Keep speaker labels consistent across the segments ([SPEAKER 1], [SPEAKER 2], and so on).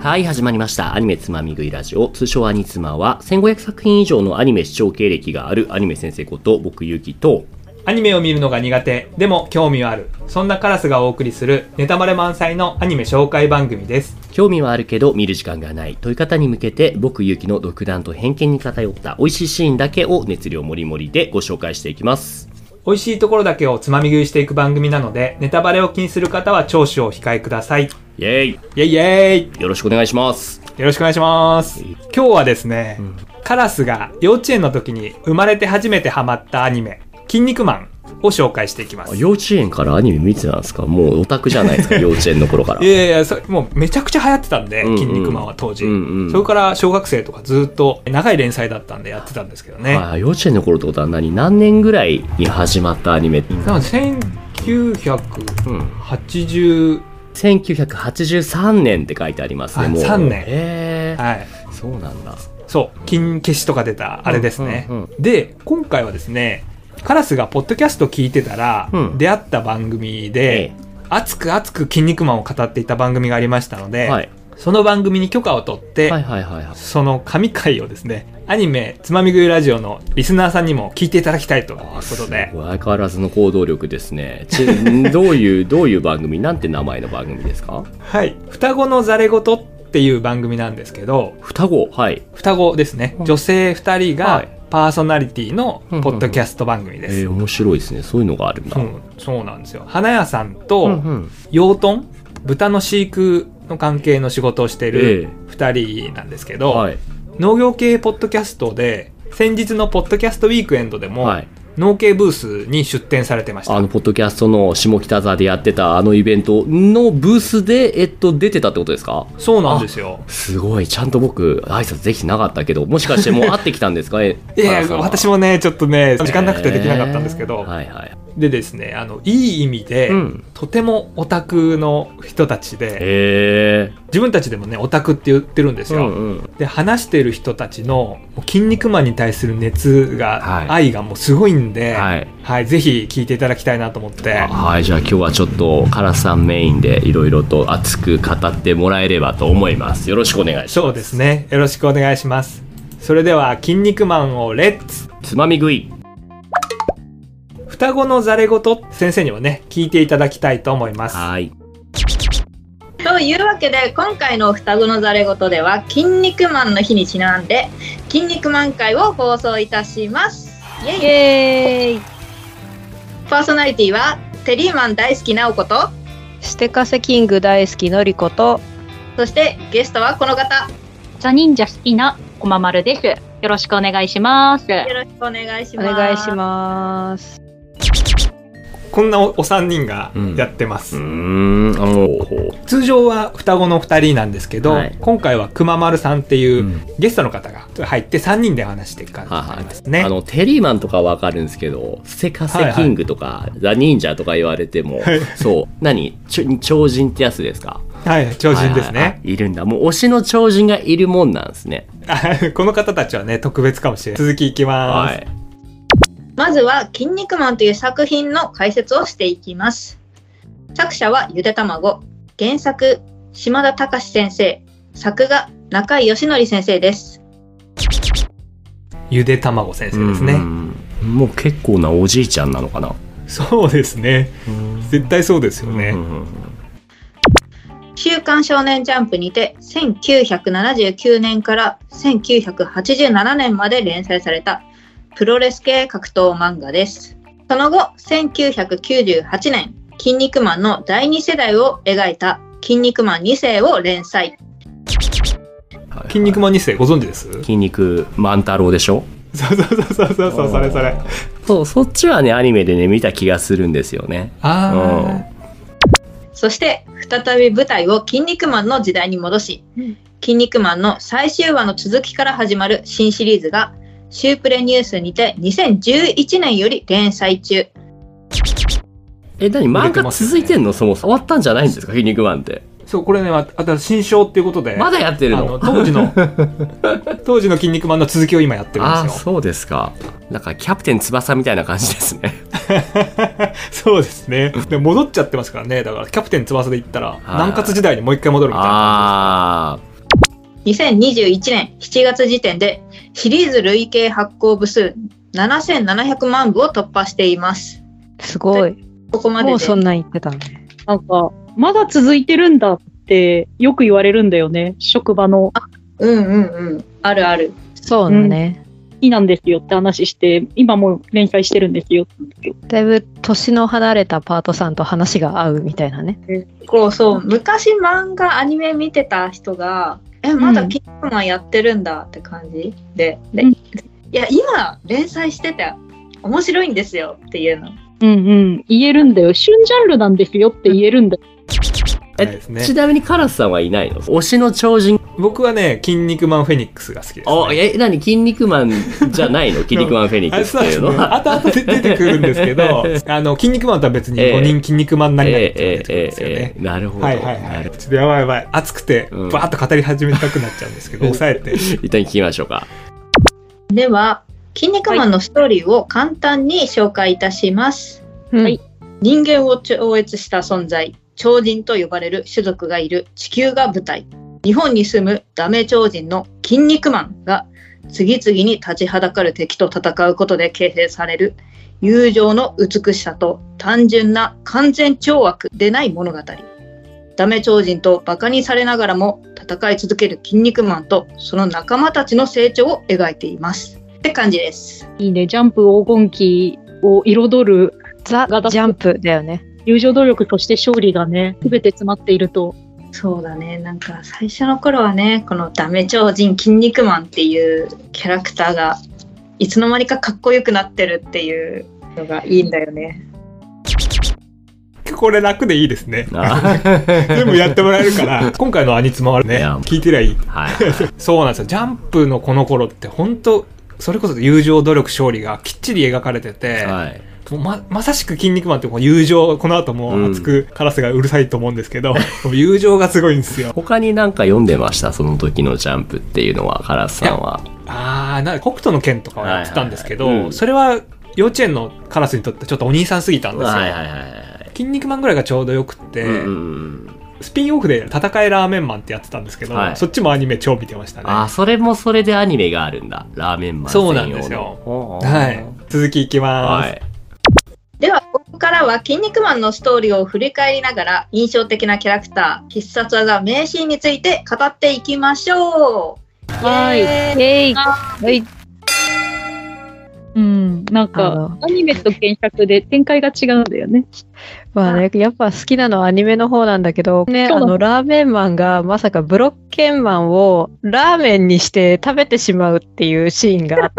[SPEAKER 1] はい、始まりました。アニメつまみ食いラジオ。通称アニツマは、1500作品以上のアニメ視聴経歴があるアニメ先生こと、僕ゆきと、
[SPEAKER 2] アニメを見るのが苦手、でも興味はある。そんなカラスがお送りするネタバレ満載のアニメ紹介番組です。
[SPEAKER 1] 興味はあるけど見る時間がないという方に向けて、僕ゆきの独断と偏見に偏った美味しいシーンだけを熱量もりもりでご紹介していきます。
[SPEAKER 2] 美味しいところだけをつまみ食いしていく番組なので、ネタバレを気にする方は聴取をお控えください。イ
[SPEAKER 1] イェイ
[SPEAKER 2] ェイイェイ
[SPEAKER 1] よろしくお願いします。
[SPEAKER 2] よろしくお願いします。
[SPEAKER 1] はい
[SPEAKER 2] 今日はですね、カラスが幼稚園の時に生まれて初めてハマったアニメ、筋肉マンを紹介していきます。
[SPEAKER 1] 幼稚園からアニメ見てたんですかもうオタクじゃない ですか、幼稚園の頃から
[SPEAKER 2] い。やいや、それもうめちゃくちゃ流行ってたんで、
[SPEAKER 1] うんうん
[SPEAKER 2] 筋肉マンは当時、
[SPEAKER 1] うんうん
[SPEAKER 2] それから小学生とかずっと長い連載だったんでやってたんですけどね。
[SPEAKER 1] はい、幼稚園の頃ってことは何何年ぐらいに始まったアニメ
[SPEAKER 2] なので1983
[SPEAKER 1] うん1983年って書いてありますね、
[SPEAKER 2] あ
[SPEAKER 1] もう。
[SPEAKER 2] 3年
[SPEAKER 1] へー
[SPEAKER 2] はい
[SPEAKER 1] そうなんだ。
[SPEAKER 2] そう金消しとか出たあれですね、
[SPEAKER 1] うんうんう
[SPEAKER 2] で今回はですねカラスがポッドキャスト聞いてたら、
[SPEAKER 1] うん
[SPEAKER 2] 出会った番組で、
[SPEAKER 1] え
[SPEAKER 2] 熱く熱く筋肉マンを語っていた番組がありましたので、
[SPEAKER 1] はい。
[SPEAKER 2] その番組に許可を取って、
[SPEAKER 1] はいはいはいはい。
[SPEAKER 2] その神回をですねアニメ「つまみ食いラジオ」のリスナーさんにも聞いていただきたいということです
[SPEAKER 1] ごい相変わらずの行動力ですね。ち どういう、どういう番組なんて名前の番組ですか
[SPEAKER 2] はい「双子のざれ言」っていう番組なんですけど
[SPEAKER 1] 双子。はい。
[SPEAKER 2] 双子ですね女性2人
[SPEAKER 1] は
[SPEAKER 2] が
[SPEAKER 1] い
[SPEAKER 2] パーソナリティのポッドキャスト番組
[SPEAKER 1] え
[SPEAKER 2] です、
[SPEAKER 1] ー、面白いですね。そういうのがあるんだ。
[SPEAKER 2] そうそうなんですよ花屋さん
[SPEAKER 1] うん
[SPEAKER 2] と
[SPEAKER 1] うん
[SPEAKER 2] 養豚豚の飼育の関係の仕事をして
[SPEAKER 1] ええ
[SPEAKER 2] る2人なんですけど、
[SPEAKER 1] はい。
[SPEAKER 2] 農業系ポッドキャストで先日のポッドキャストウィークエンドでも、
[SPEAKER 1] はい。
[SPEAKER 2] 農系ブースに出展されてました
[SPEAKER 1] あの、ポッドキャストの下北沢でやってたあのイベントのブースで、えっと、出てたってことですか
[SPEAKER 2] そうなんですよ
[SPEAKER 1] すごい。ちゃんと僕、挨拶できてなかったけど、もしかしてもう会ってきたんですか い
[SPEAKER 2] いやいや私もねちょっとね時間なくてできなかったんですけ
[SPEAKER 1] え
[SPEAKER 2] ど
[SPEAKER 1] ー、はいはい。
[SPEAKER 2] でですねあのいい意味で、
[SPEAKER 1] うん
[SPEAKER 2] とてもオタクの人たちで、
[SPEAKER 1] え
[SPEAKER 2] 自分たちでもねオタクって言ってるんです
[SPEAKER 1] ー。う
[SPEAKER 2] よ、
[SPEAKER 1] んうん。
[SPEAKER 2] で話してる人たちのもう筋肉マンに対する熱が、
[SPEAKER 1] はい
[SPEAKER 2] 愛がもうすごいんで、
[SPEAKER 1] は
[SPEAKER 2] はいいぜひ聞いていただきたいなと思って
[SPEAKER 1] はい、じゃあ今日はちょっと、カラさんメインでいろいろと熱く語ってもらえればと思います。よろしくお願いします。
[SPEAKER 2] そうですねよろしくお願いしますそれでは「筋肉マン」をレッツ
[SPEAKER 1] つまみ食い。
[SPEAKER 2] 双子のざれ言先生にもね聞いていただきたいと思います
[SPEAKER 1] はい。
[SPEAKER 3] というわけで今回の「双子のざれ言」では「筋肉マンの日」にちなんで「筋肉マン会」を放送いたしますイエイ
[SPEAKER 4] イエーイ
[SPEAKER 3] パーソナリティはテリーマン大好きなおこと
[SPEAKER 4] ステカセキング大好きのりこと
[SPEAKER 3] そしてゲストはこの方
[SPEAKER 5] ザ忍者好きなこままるです。よろしくお願いします。
[SPEAKER 3] よろしくお願いし
[SPEAKER 4] お
[SPEAKER 3] ます
[SPEAKER 4] 願いします
[SPEAKER 2] こんなおお三人が
[SPEAKER 1] うん
[SPEAKER 2] やってます、
[SPEAKER 1] うーん、あの、ほ
[SPEAKER 2] 通常は双子の2人なんですけど、
[SPEAKER 1] はい
[SPEAKER 2] 今回はくままるさんって
[SPEAKER 1] う
[SPEAKER 2] い
[SPEAKER 1] う
[SPEAKER 2] う、
[SPEAKER 1] ん
[SPEAKER 2] ゲストの方が入って3人で話していく感じ
[SPEAKER 1] はは
[SPEAKER 2] なんですね
[SPEAKER 1] あ。の、テリーマンとかわかるんですけど、セカセキングとか、ザ・忍者とか言われても、そう、何ちょ超人ってやつですか
[SPEAKER 2] はい、超人です
[SPEAKER 1] はいはいは
[SPEAKER 2] ね。
[SPEAKER 1] いいるんだ。もう推しの超人がいるもんなんですね。
[SPEAKER 2] あ この方たちはね、特別かもしれない。続きいきます。
[SPEAKER 1] はい。
[SPEAKER 3] まずは「筋肉マン」という作品の解説をしていきます作者はゆでたまご原作島田隆先生作画中井義則先生です
[SPEAKER 2] ゆで卵先生ですね。
[SPEAKER 1] うんうんもう結構なおじいちゃんなのかな。
[SPEAKER 2] そうですね。絶対そうですよね。
[SPEAKER 1] うんうんうん
[SPEAKER 3] 週刊少年ジャンプにて1979年から1987年まで連載されたプロレス系格闘漫画です。その後、1998年、筋肉マンの第2世代を描いた筋肉マン2世を連
[SPEAKER 1] はい
[SPEAKER 3] 載。
[SPEAKER 1] はい
[SPEAKER 2] 筋肉マン2世ご存知です
[SPEAKER 1] 筋肉万太郎でしょ
[SPEAKER 2] そうそうそうそうそう、それそれ。
[SPEAKER 1] そうそっちはねアニメでね見た気がするんですよね
[SPEAKER 2] あ
[SPEAKER 3] そして、再び舞台を筋肉マンの時代に戻し、筋肉マンの最終話の続きから始まる新シリーズが、シュープレニュースにて2011年より連載中。
[SPEAKER 1] え何
[SPEAKER 2] 売
[SPEAKER 1] 漫
[SPEAKER 2] れて
[SPEAKER 1] 画
[SPEAKER 2] ますね
[SPEAKER 1] 続いてんのそもそも終わったんじゃないんですか筋肉マンって
[SPEAKER 2] あ。そう、これね、まあと新章っていうことで。
[SPEAKER 1] まだやってる
[SPEAKER 2] あ
[SPEAKER 1] の
[SPEAKER 2] の当 時の当時の筋肉マンの続きを今やってるん
[SPEAKER 1] ああ
[SPEAKER 2] ですよ。
[SPEAKER 1] そうですかなんかキャプテン翼みたいな感じですね
[SPEAKER 2] そうですね。で戻っちゃってますからね。だからキャプテン翼で言った
[SPEAKER 1] い
[SPEAKER 2] ら南葛時代にもう一回戻るみたいな感じですから
[SPEAKER 1] ああ
[SPEAKER 3] 2021年7月時点でシリーズ累計発行部数7700万部を突破しています。
[SPEAKER 4] すごい。
[SPEAKER 3] ここまで
[SPEAKER 4] もう
[SPEAKER 3] で
[SPEAKER 4] そんなん言ってたね。
[SPEAKER 5] なんか、まだ続いてるんだってよく言われるんだよね。職場の
[SPEAKER 3] うんうんうん。あるある。
[SPEAKER 4] そうだね。
[SPEAKER 5] 好きなんですよって話して、今も連載してるんですよ。
[SPEAKER 4] だいぶ年の離れたパートさんと話が合うみたいなね。
[SPEAKER 3] こうそう、昔漫画、アニメ見てた人が、え、まだキングマンやってるんだって感じで、で
[SPEAKER 5] うん
[SPEAKER 3] いや、今、連載してて、面白いんですよっていうの。
[SPEAKER 5] うんうん。言えるんだよ。旬ジャンルなんですよって言えるんだよ。
[SPEAKER 1] え
[SPEAKER 2] ないですね
[SPEAKER 1] ちなみにカラスさんはいないの推しの超人。
[SPEAKER 2] 僕はね、筋肉マンフェニックスが好きです、
[SPEAKER 1] あ、
[SPEAKER 2] ね。
[SPEAKER 1] え、なに、筋肉マンじゃ ないの筋肉マンフェニッ
[SPEAKER 2] あれ
[SPEAKER 1] クス
[SPEAKER 2] そう
[SPEAKER 1] っ
[SPEAKER 2] なん
[SPEAKER 1] て
[SPEAKER 2] で
[SPEAKER 1] い
[SPEAKER 2] す
[SPEAKER 1] うのは。
[SPEAKER 2] ね後々出てくるんです けど、あの、筋肉マンとは別に
[SPEAKER 1] ええ
[SPEAKER 2] 5人筋肉マンな りなり
[SPEAKER 1] え
[SPEAKER 2] っ
[SPEAKER 1] え
[SPEAKER 2] ていうのが出てくるんですよね。
[SPEAKER 1] ええええなるほど。
[SPEAKER 2] はいはい
[SPEAKER 1] な
[SPEAKER 2] はい。ち
[SPEAKER 1] る
[SPEAKER 2] ょっとやばいやばい。熱くて、
[SPEAKER 1] うん
[SPEAKER 2] バーッと語り始めたくなっちゃうんです けど、
[SPEAKER 1] うん
[SPEAKER 2] 抑えて。
[SPEAKER 1] 一旦聞きましょう か。
[SPEAKER 3] では、キン肉マンのストーリーを簡単に紹介いたします。
[SPEAKER 5] はい
[SPEAKER 3] 人間を超越した存在超人と呼ばれる種族がいる地球が舞台日本に住むダメ超人の筋肉マンが次々に立ちはだかる敵と戦うことで形成される友情の美しさと単純な完全懲悪でない物語ダメ超人とバカにされながらも戦い続ける筋肉マンとその仲間たちの成長を描いていますって感じです
[SPEAKER 5] いいね。ジャンプ黄金期を彩る
[SPEAKER 4] ザ・ジャンプだよね。
[SPEAKER 5] 友情努力として勝利がね、すべて詰まっていると。
[SPEAKER 3] そうだねなんか最初の頃はねこのダメ超人筋肉マンっていうキャラクターがいつの間にかかっこよくなってるっていうのがいいんだよね
[SPEAKER 2] これ楽でいいですね。
[SPEAKER 1] あ
[SPEAKER 2] 全部やってもらえ るから、今回のアニツマはね
[SPEAKER 1] いや、
[SPEAKER 2] 聞いてりゃいい。
[SPEAKER 1] はい。
[SPEAKER 2] そうなんですよ。ジャンプのこの頃って本当それこそ友情、努力、勝利がきっちり描かれてて、
[SPEAKER 1] はい。
[SPEAKER 2] もうままさしく「筋肉マン」ってこの友情この後も熱くカラスがうるさいと思うんですけ ど、もう友情がすごいんですよ。
[SPEAKER 1] 他になんか読んでましたその時のジャンプっていうのは、カラスさんは。
[SPEAKER 2] あーなんか北斗の拳とかはやってたんですけど、
[SPEAKER 1] はいはいはいうん
[SPEAKER 2] それは幼稚園のカラスにとってちょっとお兄さんすぎたんですよ。
[SPEAKER 1] はいはいはいはい。
[SPEAKER 2] 筋肉マンぐらいがちょうどよくって、
[SPEAKER 1] うんうんうん
[SPEAKER 2] スピンオフで戦いラーメンマンってやってたんですけど、
[SPEAKER 1] はい
[SPEAKER 2] そっちもアニメ超見てましたね。
[SPEAKER 1] あ、それもそれでアニメがあるんだ。ラーメンマン専
[SPEAKER 2] そ
[SPEAKER 1] 用
[SPEAKER 2] う
[SPEAKER 1] の。
[SPEAKER 2] なんですよ
[SPEAKER 1] ほうほう
[SPEAKER 2] はい。続きいきます。
[SPEAKER 1] はい。
[SPEAKER 3] ではここからは「筋肉マン」のストーリーを振り返りながら印象的なキャラクター必殺技名シーンについて語っていきましょう
[SPEAKER 5] はい
[SPEAKER 3] イエーイ
[SPEAKER 4] えい
[SPEAKER 5] あ
[SPEAKER 4] はい。
[SPEAKER 5] うん。な
[SPEAKER 4] あ
[SPEAKER 5] ん
[SPEAKER 4] の
[SPEAKER 5] か、アニメと原作で展開が違うんだよ ね。
[SPEAKER 4] まあね、やっぱ好きなのはアニメの方なんだけど、ね、
[SPEAKER 5] そ
[SPEAKER 4] あ
[SPEAKER 5] うなの
[SPEAKER 4] の、ラーメンマンがまさかブロッケンマンをラーメンにして食べてしまうっていうシーンがあ っ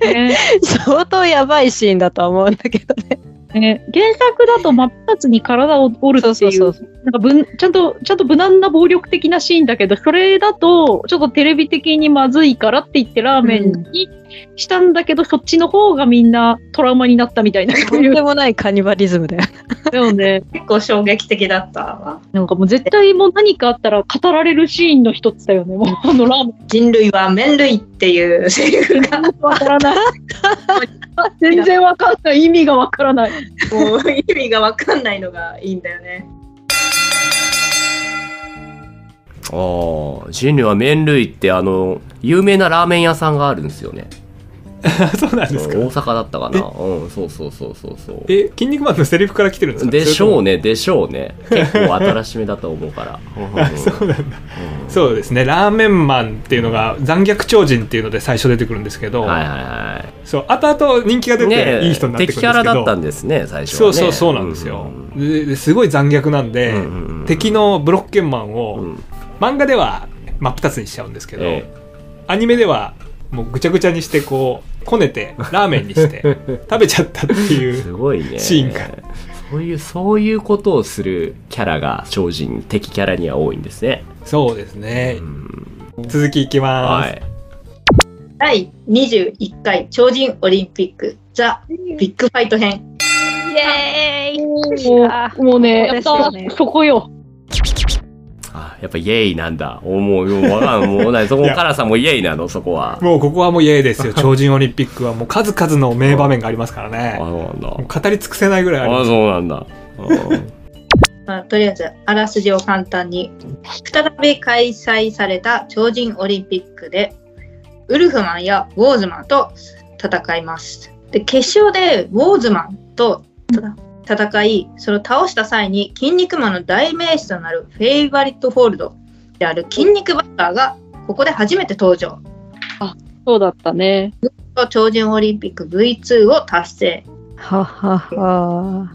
[SPEAKER 4] て、
[SPEAKER 5] ね
[SPEAKER 4] 相当やばいシーンだとは思うんだけどね。
[SPEAKER 5] ね原作だと真っ二つに体を折るっていう
[SPEAKER 4] そうそ
[SPEAKER 5] なんかぶんちゃんとちゃんと無難な暴力的なシーンだけどそれだとちょっとテレビ的にまずいからって言ってラーメンにしたんだけど、そっちの方がみんなトラウマになったみたいな
[SPEAKER 4] と
[SPEAKER 5] 感じ
[SPEAKER 4] んでもないカニバリズムだよ。
[SPEAKER 5] だよね
[SPEAKER 3] 結構衝撃的だったわ
[SPEAKER 5] なんかもう絶対もう何かあったら語られるシーンの一つだよねもうあのラーメン
[SPEAKER 3] 人類は麺類っていうセリフが
[SPEAKER 5] わからない全然わかんない意味がわからない
[SPEAKER 3] もう意味が分かんないのがいいんだよね
[SPEAKER 1] ああ、人類は麺類ってあの、有名なラーメン屋さんがあるんですよね。
[SPEAKER 2] そうなんですか。
[SPEAKER 1] 大阪だったかな。うん、そうそうそうそうそう。
[SPEAKER 2] え、筋肉マンのセリフから来てるんですか
[SPEAKER 1] でしょう
[SPEAKER 2] ね。
[SPEAKER 1] ね、でしょうね。結構新しめだと思う から。
[SPEAKER 2] あそうなんだ。そうですね。ラーメンマンっていうのが残虐超人っていうので最初出てくるんですけど、
[SPEAKER 1] はいはいはい。
[SPEAKER 2] そう、後々人気が出
[SPEAKER 1] ね
[SPEAKER 2] て
[SPEAKER 1] え
[SPEAKER 2] いい人になってくる
[SPEAKER 1] 敵キ
[SPEAKER 2] んですけど。
[SPEAKER 1] ャラだったんですね最初
[SPEAKER 2] そ
[SPEAKER 1] は、
[SPEAKER 2] う
[SPEAKER 1] ね、
[SPEAKER 2] そうそうなんですよ
[SPEAKER 1] う、ん
[SPEAKER 2] でですごい残虐なんで、
[SPEAKER 1] うんうんうん
[SPEAKER 2] 敵のブロッケンマンを、
[SPEAKER 1] うん
[SPEAKER 2] 漫画では真っ二つにしちゃうんですけど、
[SPEAKER 1] え
[SPEAKER 2] アニメではもうぐちゃぐちゃにしてこうこねてラーメンにして 食べちゃったって
[SPEAKER 1] え
[SPEAKER 2] い
[SPEAKER 1] す
[SPEAKER 2] う
[SPEAKER 1] ごいね
[SPEAKER 2] シーンが
[SPEAKER 1] そういうそういうことをするキャラが超人敵キャラには多いんですね、
[SPEAKER 2] そうですね
[SPEAKER 1] うん
[SPEAKER 2] 続きいきます、
[SPEAKER 1] はい
[SPEAKER 3] 第21回超人オリンピックザ・ビッグファイト編
[SPEAKER 4] イエ
[SPEAKER 5] も
[SPEAKER 4] あ
[SPEAKER 5] うもうね
[SPEAKER 4] そう
[SPEAKER 5] や
[SPEAKER 4] ですよ
[SPEAKER 5] った
[SPEAKER 4] ね
[SPEAKER 5] そこよ
[SPEAKER 1] あやっぱイエイなんだおもうもうわかんもうないそこ
[SPEAKER 2] いや
[SPEAKER 1] からさんもイエイなのそこは
[SPEAKER 2] もうここはもうイエーで すよ超人オリンピックはもう数々の名場面がありますから
[SPEAKER 1] あ
[SPEAKER 2] ね
[SPEAKER 1] そうなんだ
[SPEAKER 2] もう語り尽くせないぐらいあり
[SPEAKER 1] あ
[SPEAKER 2] ます
[SPEAKER 1] そうなんだうん
[SPEAKER 3] まあ、とりあえずあらすじを簡単に再び開催された超人オリンピックでウルフマンやウォーズマンと戦いますで決勝でウォーズマンとた戦いそれを倒した際に筋肉マンの代名詞となるフェイバリットホールドである筋肉バッターがここで初めて登場
[SPEAKER 5] そうだったね。
[SPEAKER 3] 超人オリンピック V2 を達成
[SPEAKER 4] ははは。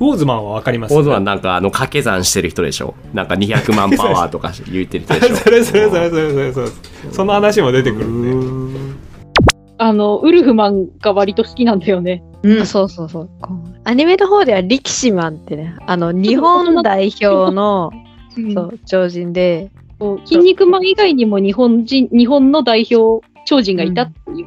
[SPEAKER 2] ォーズマンはわかります
[SPEAKER 1] オズマンなんかあの掛け算してる人でしょなんか200万パワーとか言ってる人でしょ
[SPEAKER 2] それそれそれそれそれそれその話も出てくるんで
[SPEAKER 5] あの、ウルフマンが割と好きなんだよね。
[SPEAKER 3] うん
[SPEAKER 4] そうそうそう。こうアニメの方では力士マンってね、あの、日本代表の、そう、超人で、
[SPEAKER 5] そう筋肉マン以外にも日本人、日本の代表超人がいたっていう。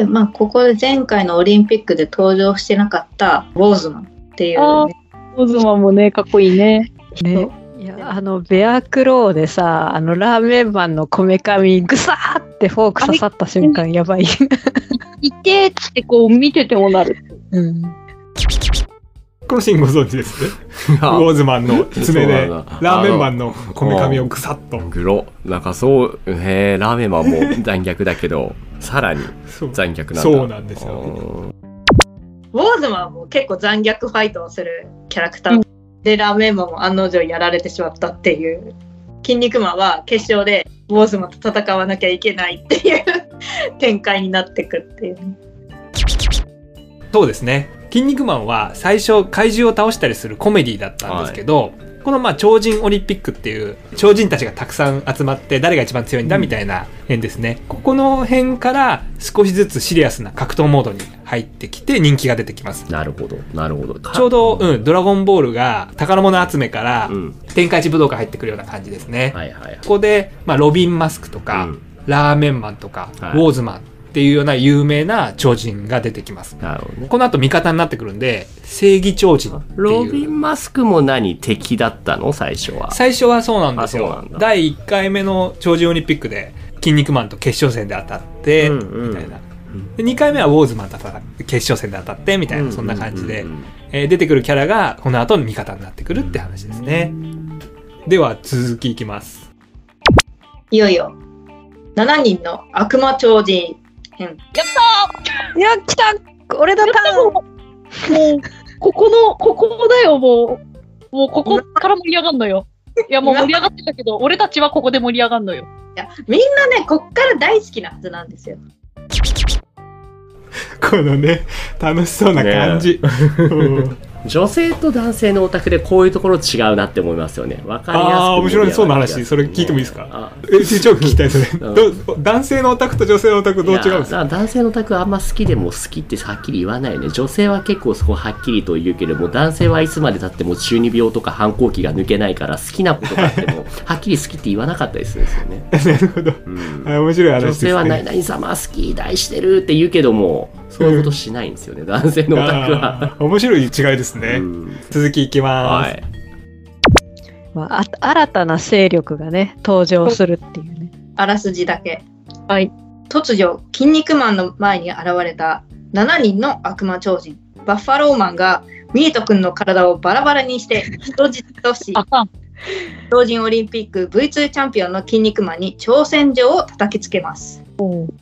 [SPEAKER 3] で、まあ、ここで前回のオリンピックで登場してなかったウォーズマンっていう、
[SPEAKER 5] あ
[SPEAKER 3] ね、
[SPEAKER 5] オズマンもね、かっこいいね。
[SPEAKER 4] ね。いや、あの、ベアクローでさ、あの、ラーメンマンのこめかみ、ぐさーってフォーク刺さった瞬間、やばい。
[SPEAKER 5] いてーってこう見ててもなる。
[SPEAKER 4] うん。
[SPEAKER 2] このシーンご存知ですウォーズマンの爪でラーメンマンのこめかみをぐさっと
[SPEAKER 1] グロなんかそうへえラーメンマンも残虐だけ どさらに
[SPEAKER 2] そう
[SPEAKER 1] 残虐なんだ
[SPEAKER 2] そうなんですよ
[SPEAKER 1] よ
[SPEAKER 3] ウォーズマンも結構残虐ファイトをするキャラクター、でラーメンマンも案の定やられてしまったっていう筋肉マンは決勝でウォーズマンと戦わなきゃいけないっていう展開になってくっていうね
[SPEAKER 2] そうですね「筋肉マン」は最初怪獣を倒したりするコメディだったんですけど、このまあ超人オリンピックっていう超人たちがたくさん集まって誰が一番強いんだみたいな辺ですね、ここの辺から少しずつシリアスな格闘モードに入ってきて人気が出てきます
[SPEAKER 1] なるほどなるほど
[SPEAKER 2] ちょうど、うん、ドラゴンボールが宝物集めから
[SPEAKER 1] うん
[SPEAKER 2] 天下一武道会入ってくるような感じですね。
[SPEAKER 1] はいはいはい
[SPEAKER 2] ここで、まあ、ロビン・マスクとか、
[SPEAKER 1] うん
[SPEAKER 2] ラーメンマンとか、
[SPEAKER 1] はい
[SPEAKER 2] ウォーズマンっていうような有名な超人が出てきます。
[SPEAKER 1] なるほどね
[SPEAKER 2] この後味方になってくるんで、正義超人って
[SPEAKER 1] ロビ
[SPEAKER 2] いう。
[SPEAKER 1] ン・マスクも何敵だったの最初は
[SPEAKER 2] 最初はそうなんです
[SPEAKER 1] あそう
[SPEAKER 2] よ
[SPEAKER 1] なんだ。
[SPEAKER 2] 第1回目の超人オリンピックで、筋肉マンと決勝戦で当たって、
[SPEAKER 1] うんうん
[SPEAKER 2] みたいな。
[SPEAKER 1] うん
[SPEAKER 2] で2回目はウォーズマンと戦って決勝戦で当たってみたいな、そんな感じで、えー出てくるキャラがこの後の味方になってくるって話ですね。では続きいきます。
[SPEAKER 3] いよいよ7人の悪魔超人編
[SPEAKER 4] いや、来た俺のターン
[SPEAKER 5] もう、もうここの、ここだよ、もう。もう、ここから盛り上がんのよ。いや、もう盛り上がってたけど、俺たちはここで盛り上がんのよ。
[SPEAKER 3] いやみんなねこっから大好きなはずなんですよ
[SPEAKER 2] このね、楽しそうな感じ。うん
[SPEAKER 1] 女性と男性のオタクでこういうところ違うなって思いますよねわかりやすく
[SPEAKER 2] あー面白いそうな
[SPEAKER 1] 盛り上がりや
[SPEAKER 2] 話
[SPEAKER 1] すくね
[SPEAKER 2] それ聞いてもいいですか
[SPEAKER 1] あ
[SPEAKER 2] え、ちょ超聞きたいですね。
[SPEAKER 1] うん
[SPEAKER 2] ど男性のオタクと女性のオタクどう違うんです
[SPEAKER 1] い
[SPEAKER 2] か
[SPEAKER 1] や男性のタクはあんま好きでも好きってはっきり言わないよね女性は結構そこはっきりと言うけれども男性はいつまでたっても中二病とか反抗期が抜けないから好きなことがあって もはっきり好きって言わなかったりするんですよね、
[SPEAKER 2] なるほど。
[SPEAKER 1] うん
[SPEAKER 2] あ 面白い話
[SPEAKER 1] 女
[SPEAKER 2] ですね。
[SPEAKER 1] 性は何々様好き大してるって言うけどもそういうことしないんですよね男性のオタクは、
[SPEAKER 2] あー面白い違いですね。
[SPEAKER 1] うん
[SPEAKER 2] 続きいきま
[SPEAKER 1] は
[SPEAKER 2] す。
[SPEAKER 1] い
[SPEAKER 4] まあ、あ新たな勢力がね、登場するっていうね。
[SPEAKER 3] あらすじだけ
[SPEAKER 5] はい。
[SPEAKER 3] 突如「筋肉マン」の前に現れた7人の悪魔超人バッファローマンがミート君の体をバラバラにして人質とし
[SPEAKER 5] あかん。
[SPEAKER 3] 超人オリンピック V2 チャンピオンの筋肉マンに挑戦状を叩きつけます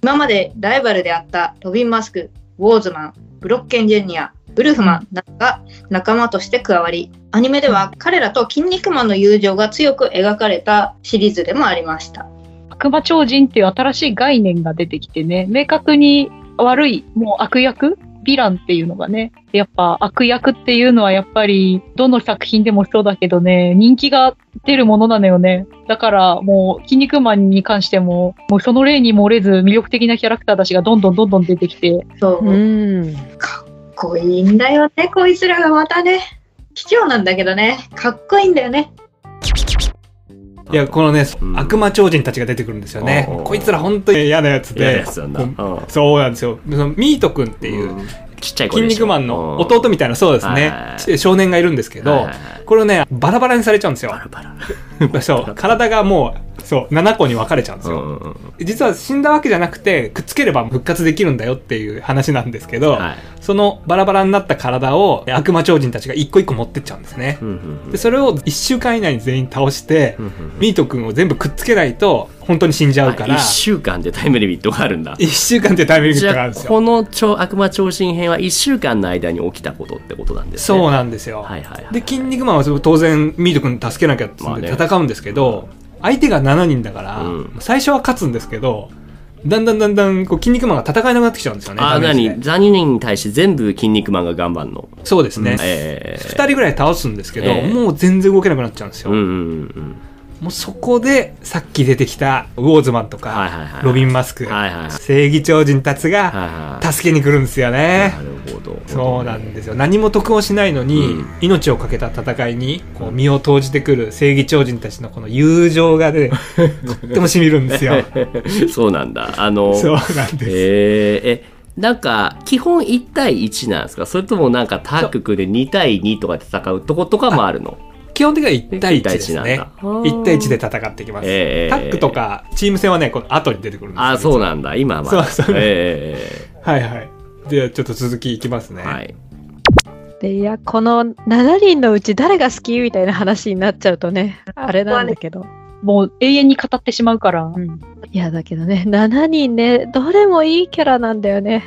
[SPEAKER 3] 今までライバルであったロビン・マスクウォーズマンブロッケン・ジュニアウルフマンなどが仲間として加わりアニメでは彼らと筋肉マンの友情が強く描かれたシリーズでもありました
[SPEAKER 5] 悪魔超人っていう新しい概念が出てきてね、明確に悪い、もう悪役ヴィランっていうのがね、やっぱ悪役っていうのはやっぱりどの作品でもそうだけどね、人気が出るものなのよね。だからもう、筋肉マンに関しても、もうその例に漏れず魅力的なキャラクターたちがどんどんどんどん出てきて、
[SPEAKER 3] そう、
[SPEAKER 4] うん。
[SPEAKER 3] かっこいいんだよねこいつらがまたね卑怯なんだけどねかっこいいんだよね
[SPEAKER 2] いや、このね、
[SPEAKER 1] うん
[SPEAKER 2] 悪魔超人たちが出てくるんですよね
[SPEAKER 1] おー。
[SPEAKER 2] こいつら本当に嫌なやつ
[SPEAKER 1] 嫌な
[SPEAKER 2] で
[SPEAKER 1] やつなんだ、
[SPEAKER 2] もう
[SPEAKER 1] うん
[SPEAKER 2] そうなんですよ。そのミート君っていう、
[SPEAKER 1] んちっちゃい子
[SPEAKER 2] 筋
[SPEAKER 1] でしょ
[SPEAKER 2] 肉マンの弟みたいな、そうですね
[SPEAKER 1] は、い
[SPEAKER 2] ち少年がいるんですけ
[SPEAKER 1] はい
[SPEAKER 2] ど
[SPEAKER 1] はいは、い
[SPEAKER 2] これをね、バラバラにされちゃうんですよ
[SPEAKER 1] バ。ラバラ
[SPEAKER 2] そう、体がもう、そう7個に分かれちゃうんです
[SPEAKER 1] う
[SPEAKER 2] よ、
[SPEAKER 1] んうんうん
[SPEAKER 2] 実は死んだわけじゃなくてくっつければ復活できるんだよっていう話なんですけど、
[SPEAKER 1] はい
[SPEAKER 2] そのバラバラになった体を悪魔超人たちが一個一個持ってっちゃうんですね
[SPEAKER 1] う、んうん
[SPEAKER 2] でそれを1週間以内に全員倒して、
[SPEAKER 1] うんうんうん
[SPEAKER 2] ミート君を全部くっつけないと本当に死んじゃうから
[SPEAKER 1] あ一週間でタイムリミットがあるんだ
[SPEAKER 2] 1週間ってタイムリミッ
[SPEAKER 1] じ
[SPEAKER 2] トがあ
[SPEAKER 1] ゃ
[SPEAKER 2] る
[SPEAKER 1] あ
[SPEAKER 2] んですよ
[SPEAKER 1] この超悪魔超新編は1週間の間に起きたことってことなんですね
[SPEAKER 2] そう
[SPEAKER 1] う
[SPEAKER 2] なんですよ、
[SPEAKER 1] はいはいはい
[SPEAKER 2] で「筋肉マン」はそれ当然ミート君助けなきゃって
[SPEAKER 1] まあ
[SPEAKER 2] んで
[SPEAKER 1] ね
[SPEAKER 2] 戦うんですけど、相手が7人だから、
[SPEAKER 1] うん
[SPEAKER 2] 最初は勝つんですけどだんだんだんだんこう筋肉マンが戦えなくなってきちゃうんですよね
[SPEAKER 1] あ
[SPEAKER 2] ダメージで
[SPEAKER 1] 何ザニ人に対して全部筋肉マンが頑張んの
[SPEAKER 2] そうですね、
[SPEAKER 1] ええ
[SPEAKER 2] 2人ぐらい倒すんですけど、
[SPEAKER 1] ええ
[SPEAKER 2] もう全然動けなくなっちゃうんですよ、
[SPEAKER 1] うんうんうん
[SPEAKER 2] もうそこでさっき出てきたウォーズマンとか、
[SPEAKER 1] はいはいはい
[SPEAKER 2] ロビン・マスク、
[SPEAKER 1] はいはいはい
[SPEAKER 2] 正義超人たち
[SPEAKER 1] は
[SPEAKER 2] が
[SPEAKER 1] いはい
[SPEAKER 2] 助けに来るんですよね、
[SPEAKER 1] なるほど
[SPEAKER 2] そうなんですよ何も得をしないのに、
[SPEAKER 1] うん
[SPEAKER 2] 命を懸けた戦いにこう身を投じてくる正義超人たちのこの友情が ねとってもしみるんですよ
[SPEAKER 1] そうなんだあの
[SPEAKER 2] そうなんです、
[SPEAKER 1] えー、えなんか基本1対1なんですかそれともなんかタッグ組んで2対2とかで戦うとことかもあるの
[SPEAKER 2] 基本的には1対1で
[SPEAKER 1] 一対
[SPEAKER 2] す
[SPEAKER 1] 一
[SPEAKER 2] ね
[SPEAKER 1] なんだ
[SPEAKER 2] 1対1で戦ってきます、
[SPEAKER 1] ええ
[SPEAKER 2] タッグとかチーム戦はねこの後に出てくるんですよ
[SPEAKER 1] あそうなんだ今はまだ
[SPEAKER 2] そうそう
[SPEAKER 1] え
[SPEAKER 2] はいはいではちょっと続きいきます
[SPEAKER 1] え
[SPEAKER 2] ね、
[SPEAKER 1] はい
[SPEAKER 4] でいやこの7人のうち誰が好きみたいな話になっちゃうとねあれなんだけど、
[SPEAKER 5] もう永遠に語ってしまうから
[SPEAKER 4] う。ん、いやだけどね7人 ねどれもいいキャラなんだよね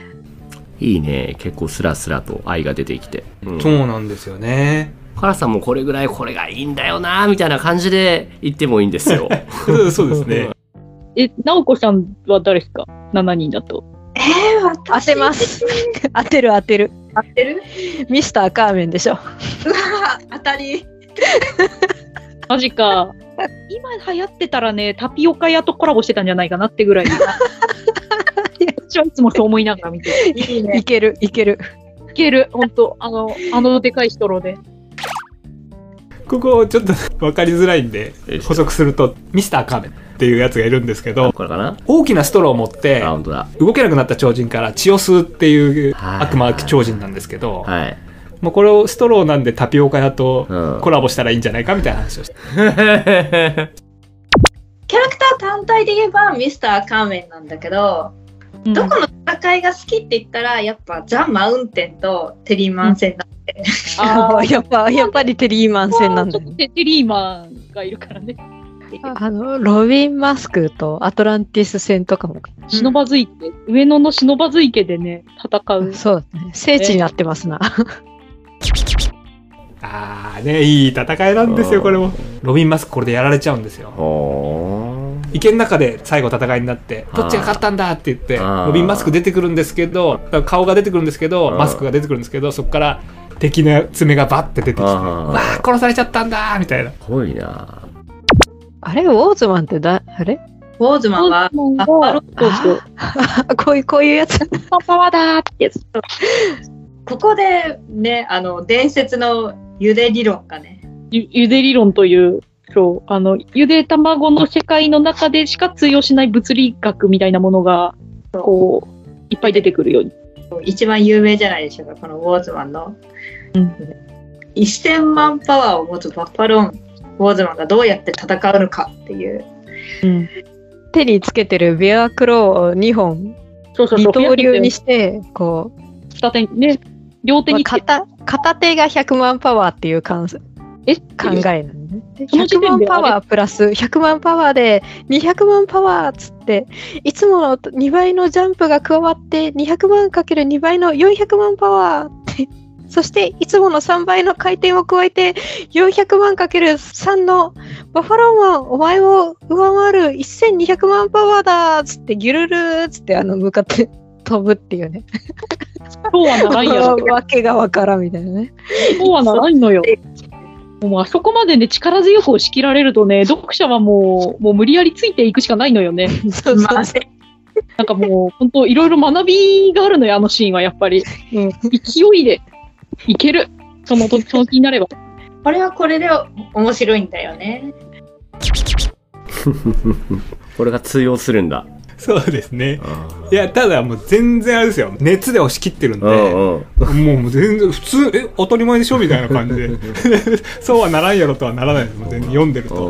[SPEAKER 1] いいね結構スラスラと愛が出てきて、うん、
[SPEAKER 2] そうなんですよね
[SPEAKER 1] カラさんもこれぐらいこれがいいんだよなみたいな感じで言ってもいいんです よ
[SPEAKER 2] そうそうですね
[SPEAKER 5] え、なおこさんは誰ですか ?7 人だと。
[SPEAKER 3] えー、
[SPEAKER 4] 当
[SPEAKER 3] 私
[SPEAKER 4] てます 当てる当てる
[SPEAKER 3] 合ってる
[SPEAKER 4] ミスターカーメンでしょ
[SPEAKER 3] うわー当たり。
[SPEAKER 5] マジ か。今流行ってたらね、タピオカ屋とコラボしてたんじゃないかなってぐらい。私はいつもそう思いながら見てる。
[SPEAKER 3] いい
[SPEAKER 4] い
[SPEAKER 3] ね。
[SPEAKER 4] けるいける
[SPEAKER 5] いける、ほんと。あの、あのでかいストローで。
[SPEAKER 2] ここちょっと分かりづらいんで補足するとミスターカーメンっていうやつがいるんですけど
[SPEAKER 1] これかな
[SPEAKER 2] 大きなストローを持って
[SPEAKER 1] あ本当だ
[SPEAKER 2] 動けなくなった超人から血を吸うっていう
[SPEAKER 1] はい
[SPEAKER 2] 悪魔超人なんですけど、
[SPEAKER 1] はい、
[SPEAKER 2] もうこれをストローなんでタピオカ屋と
[SPEAKER 1] うん、
[SPEAKER 2] コラボしたらいいんじゃないかみたいな話をして、
[SPEAKER 3] キャラクター単体で言えばミスターカーメンなんだけど、
[SPEAKER 5] うん
[SPEAKER 3] どこの戦いが好きって言ったらやっぱザ・マウンテンとテリーマン戦だ。
[SPEAKER 5] あ ー
[SPEAKER 4] やっぱやっぱりテリーマン戦なんだ
[SPEAKER 5] ちょ
[SPEAKER 4] ね
[SPEAKER 5] っとテテリーマンがいるからね。
[SPEAKER 4] あのロビン・マスクとアトランティス戦とかも
[SPEAKER 5] 忍ばず池、上野の忍ばず池でね、戦う。
[SPEAKER 4] そうだね聖地になってますな
[SPEAKER 2] ああねいい戦いなんですよこれもロビン・マスクこれでやられちゃうんですよ
[SPEAKER 1] ほー
[SPEAKER 2] 池の中で最後戦いになって
[SPEAKER 1] あー
[SPEAKER 2] どっちが勝ったんだって言って
[SPEAKER 1] あー
[SPEAKER 2] ロビン・マスク出てくるんですけど顔が出てくるんですけど
[SPEAKER 1] あー
[SPEAKER 2] マスクが出てくるんですけどそこから敵の爪がバッて出てきて
[SPEAKER 1] あ
[SPEAKER 2] わ
[SPEAKER 1] ー
[SPEAKER 2] あ殺されちゃったんだーみたいな
[SPEAKER 1] すごいな
[SPEAKER 4] あれウォーズマンってだあれ
[SPEAKER 3] ウォーズマンは
[SPEAKER 5] もう
[SPEAKER 3] バッファロー
[SPEAKER 5] そうそう
[SPEAKER 4] あこういうこういうやつ
[SPEAKER 5] パパワーだーってやつ。
[SPEAKER 3] ここでねあの伝説の茹で理論がね
[SPEAKER 5] ゆゆで理論という、そう、あの、ゆで卵の世界の中でしか通用しない物理学みたいなものが、こう、いっぱい出てくるように。
[SPEAKER 3] 一番有名じゃないでしょうかこのウォーズマンの、1000万パワーを持つバッファローンウォーズマンがどうやって戦うのかっていう
[SPEAKER 4] 手につけてるベアクローを2本
[SPEAKER 5] そうそうそ
[SPEAKER 4] 二
[SPEAKER 5] う。
[SPEAKER 4] 刀流にしてこう、
[SPEAKER 5] 片手にね、両手
[SPEAKER 4] まあ
[SPEAKER 5] につけて
[SPEAKER 4] 片片手が100万パワーっていう感考
[SPEAKER 5] え
[SPEAKER 4] えなのね。で
[SPEAKER 5] その時
[SPEAKER 4] 100
[SPEAKER 5] 点
[SPEAKER 4] 万
[SPEAKER 5] であ
[SPEAKER 4] パ
[SPEAKER 5] れ
[SPEAKER 4] ワープラス100万パワーで200万パワーっつっていつもの2倍のジャンプが加わって200万かける2倍の400万パワーって そしていつもの3倍の回転を加えて400万かける3のバッファローマンお前を上回る1200万パワーだっつってギュルルーっつってあの向かって飛ぶっていうね。
[SPEAKER 5] そうはならんや ろ。
[SPEAKER 4] わけがわからんみたいな ね。
[SPEAKER 5] そうはならんのよ。もうあそこまでね、力強く押し切られるとね、読者はもう、もう無理やりついていくしかないのよ ね。
[SPEAKER 4] そうそう
[SPEAKER 3] まあ
[SPEAKER 5] なんかもう、本当いろいろ学びがあるのよ、あのシーンは、やっぱり。うん、勢いで、いける。その、その気になれば。
[SPEAKER 3] これはこれで面白いんだよね
[SPEAKER 1] これが通用するんだ
[SPEAKER 2] そうですね
[SPEAKER 1] あ
[SPEAKER 2] いや、ただもう全然あれですよ。熱で押し切ってるんで、
[SPEAKER 1] ーうんうん
[SPEAKER 2] もう全然普通、え、当たり前で しょみたいな感じで。そうはならんやろとはならないです。もう全然読んでる
[SPEAKER 1] うん
[SPEAKER 2] と。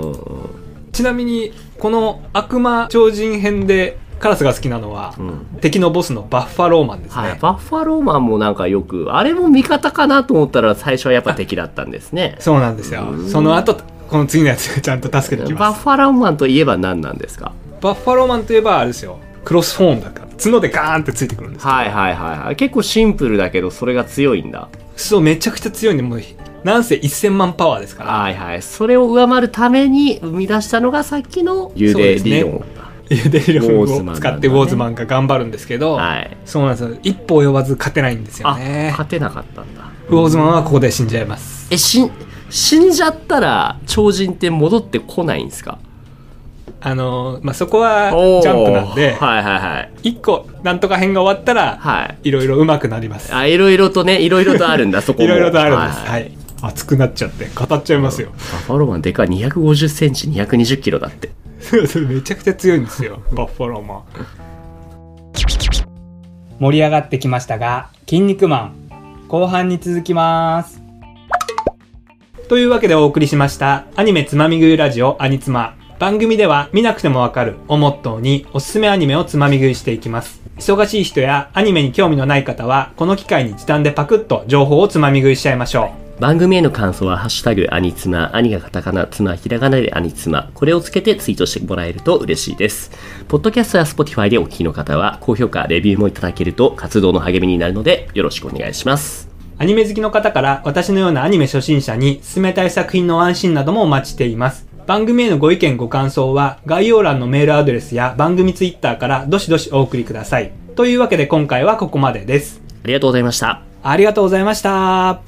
[SPEAKER 1] うんうんうん
[SPEAKER 2] ちなみにこの悪魔超人編でカラスが好きなのは
[SPEAKER 1] うん
[SPEAKER 2] 敵のボスのバッファローマンですね、
[SPEAKER 1] はい、バッファローマンもなんかよくあれも味方かなと思ったら最初はやっぱ敵だったんですね
[SPEAKER 2] そうなんですよ
[SPEAKER 1] うん
[SPEAKER 2] その後この次のやつがちゃんと助けてき
[SPEAKER 1] バッ
[SPEAKER 2] ます
[SPEAKER 1] ファローマンといえば何なんですか
[SPEAKER 2] バッファローマンといえばあれですよクロスフォーンだから角でガーンってついてくるんですけど
[SPEAKER 1] はいはいはいはい結構シンプルだけどそれが強いんだ
[SPEAKER 2] そうめちゃくちゃ強いんでもうなんせ1000万パワーですから
[SPEAKER 1] はいはいそれを上回るために生み出したのがさっきの幽
[SPEAKER 2] そうで
[SPEAKER 1] 霊
[SPEAKER 2] すね
[SPEAKER 1] 理論、
[SPEAKER 2] ゆ
[SPEAKER 1] ウォ
[SPEAKER 2] でる
[SPEAKER 1] ーズマンなんだ
[SPEAKER 2] を
[SPEAKER 1] ね
[SPEAKER 2] 使ってウォーズマンが頑張るんですけど、
[SPEAKER 1] はい
[SPEAKER 2] そうなんですよ一歩及ばず勝てないんですよね
[SPEAKER 1] 勝てなかったんだ
[SPEAKER 2] ウォーズマンはここで死んじゃいます
[SPEAKER 1] え死ん死んじゃったら超人って戻ってこないんですか
[SPEAKER 2] あのーまあそこはジャンプなんで、
[SPEAKER 1] おーはいはいはい
[SPEAKER 2] 一個なんとか編が終わったら、
[SPEAKER 1] はい
[SPEAKER 2] いろいろ上手くなります。
[SPEAKER 1] あいろいろとねいろいろとあるんだそこも
[SPEAKER 2] いろいろとあるんです。
[SPEAKER 1] は
[SPEAKER 2] はいい。熱くなっちゃって、語っちゃいますよ。
[SPEAKER 1] バッファローマンでかい2 5 0センチ2 2 0キロだって
[SPEAKER 2] そうそうめちゃくちゃ強いんですよ、バッファローマン。盛り上がってきましたが、筋肉マン、後半に続きます。というわけでお送りしました、アニメつまみ食いラジオアニツマ。番組では見なくてもわかるをモットーにおすすめアニメをつまみ食いしていきます。忙しい人やアニメに興味のない方は、この機会に時短でパクッと情報をつまみ食いしちゃいましょう。
[SPEAKER 1] 番組への感想は「ハッシュタグ兄妻」兄がカタカナ妻ひらがなで兄妻これをつけてツイートしてもらえると嬉しいですポッドキャストや Spotify でお聞きの方は高評価レビューもいただけると活動の励みになるのでよろしくお願いします
[SPEAKER 2] アニメ好きの方から私のようなアニメ初心者に勧めたい作品の安心などもお待ちしています。番組へのご意見ご感想は概要欄のメールアドレスや番組ツイッターからどしどしお送りください。というわけで今回はここまでです。
[SPEAKER 1] ありがとうございました
[SPEAKER 2] ありがとうございました。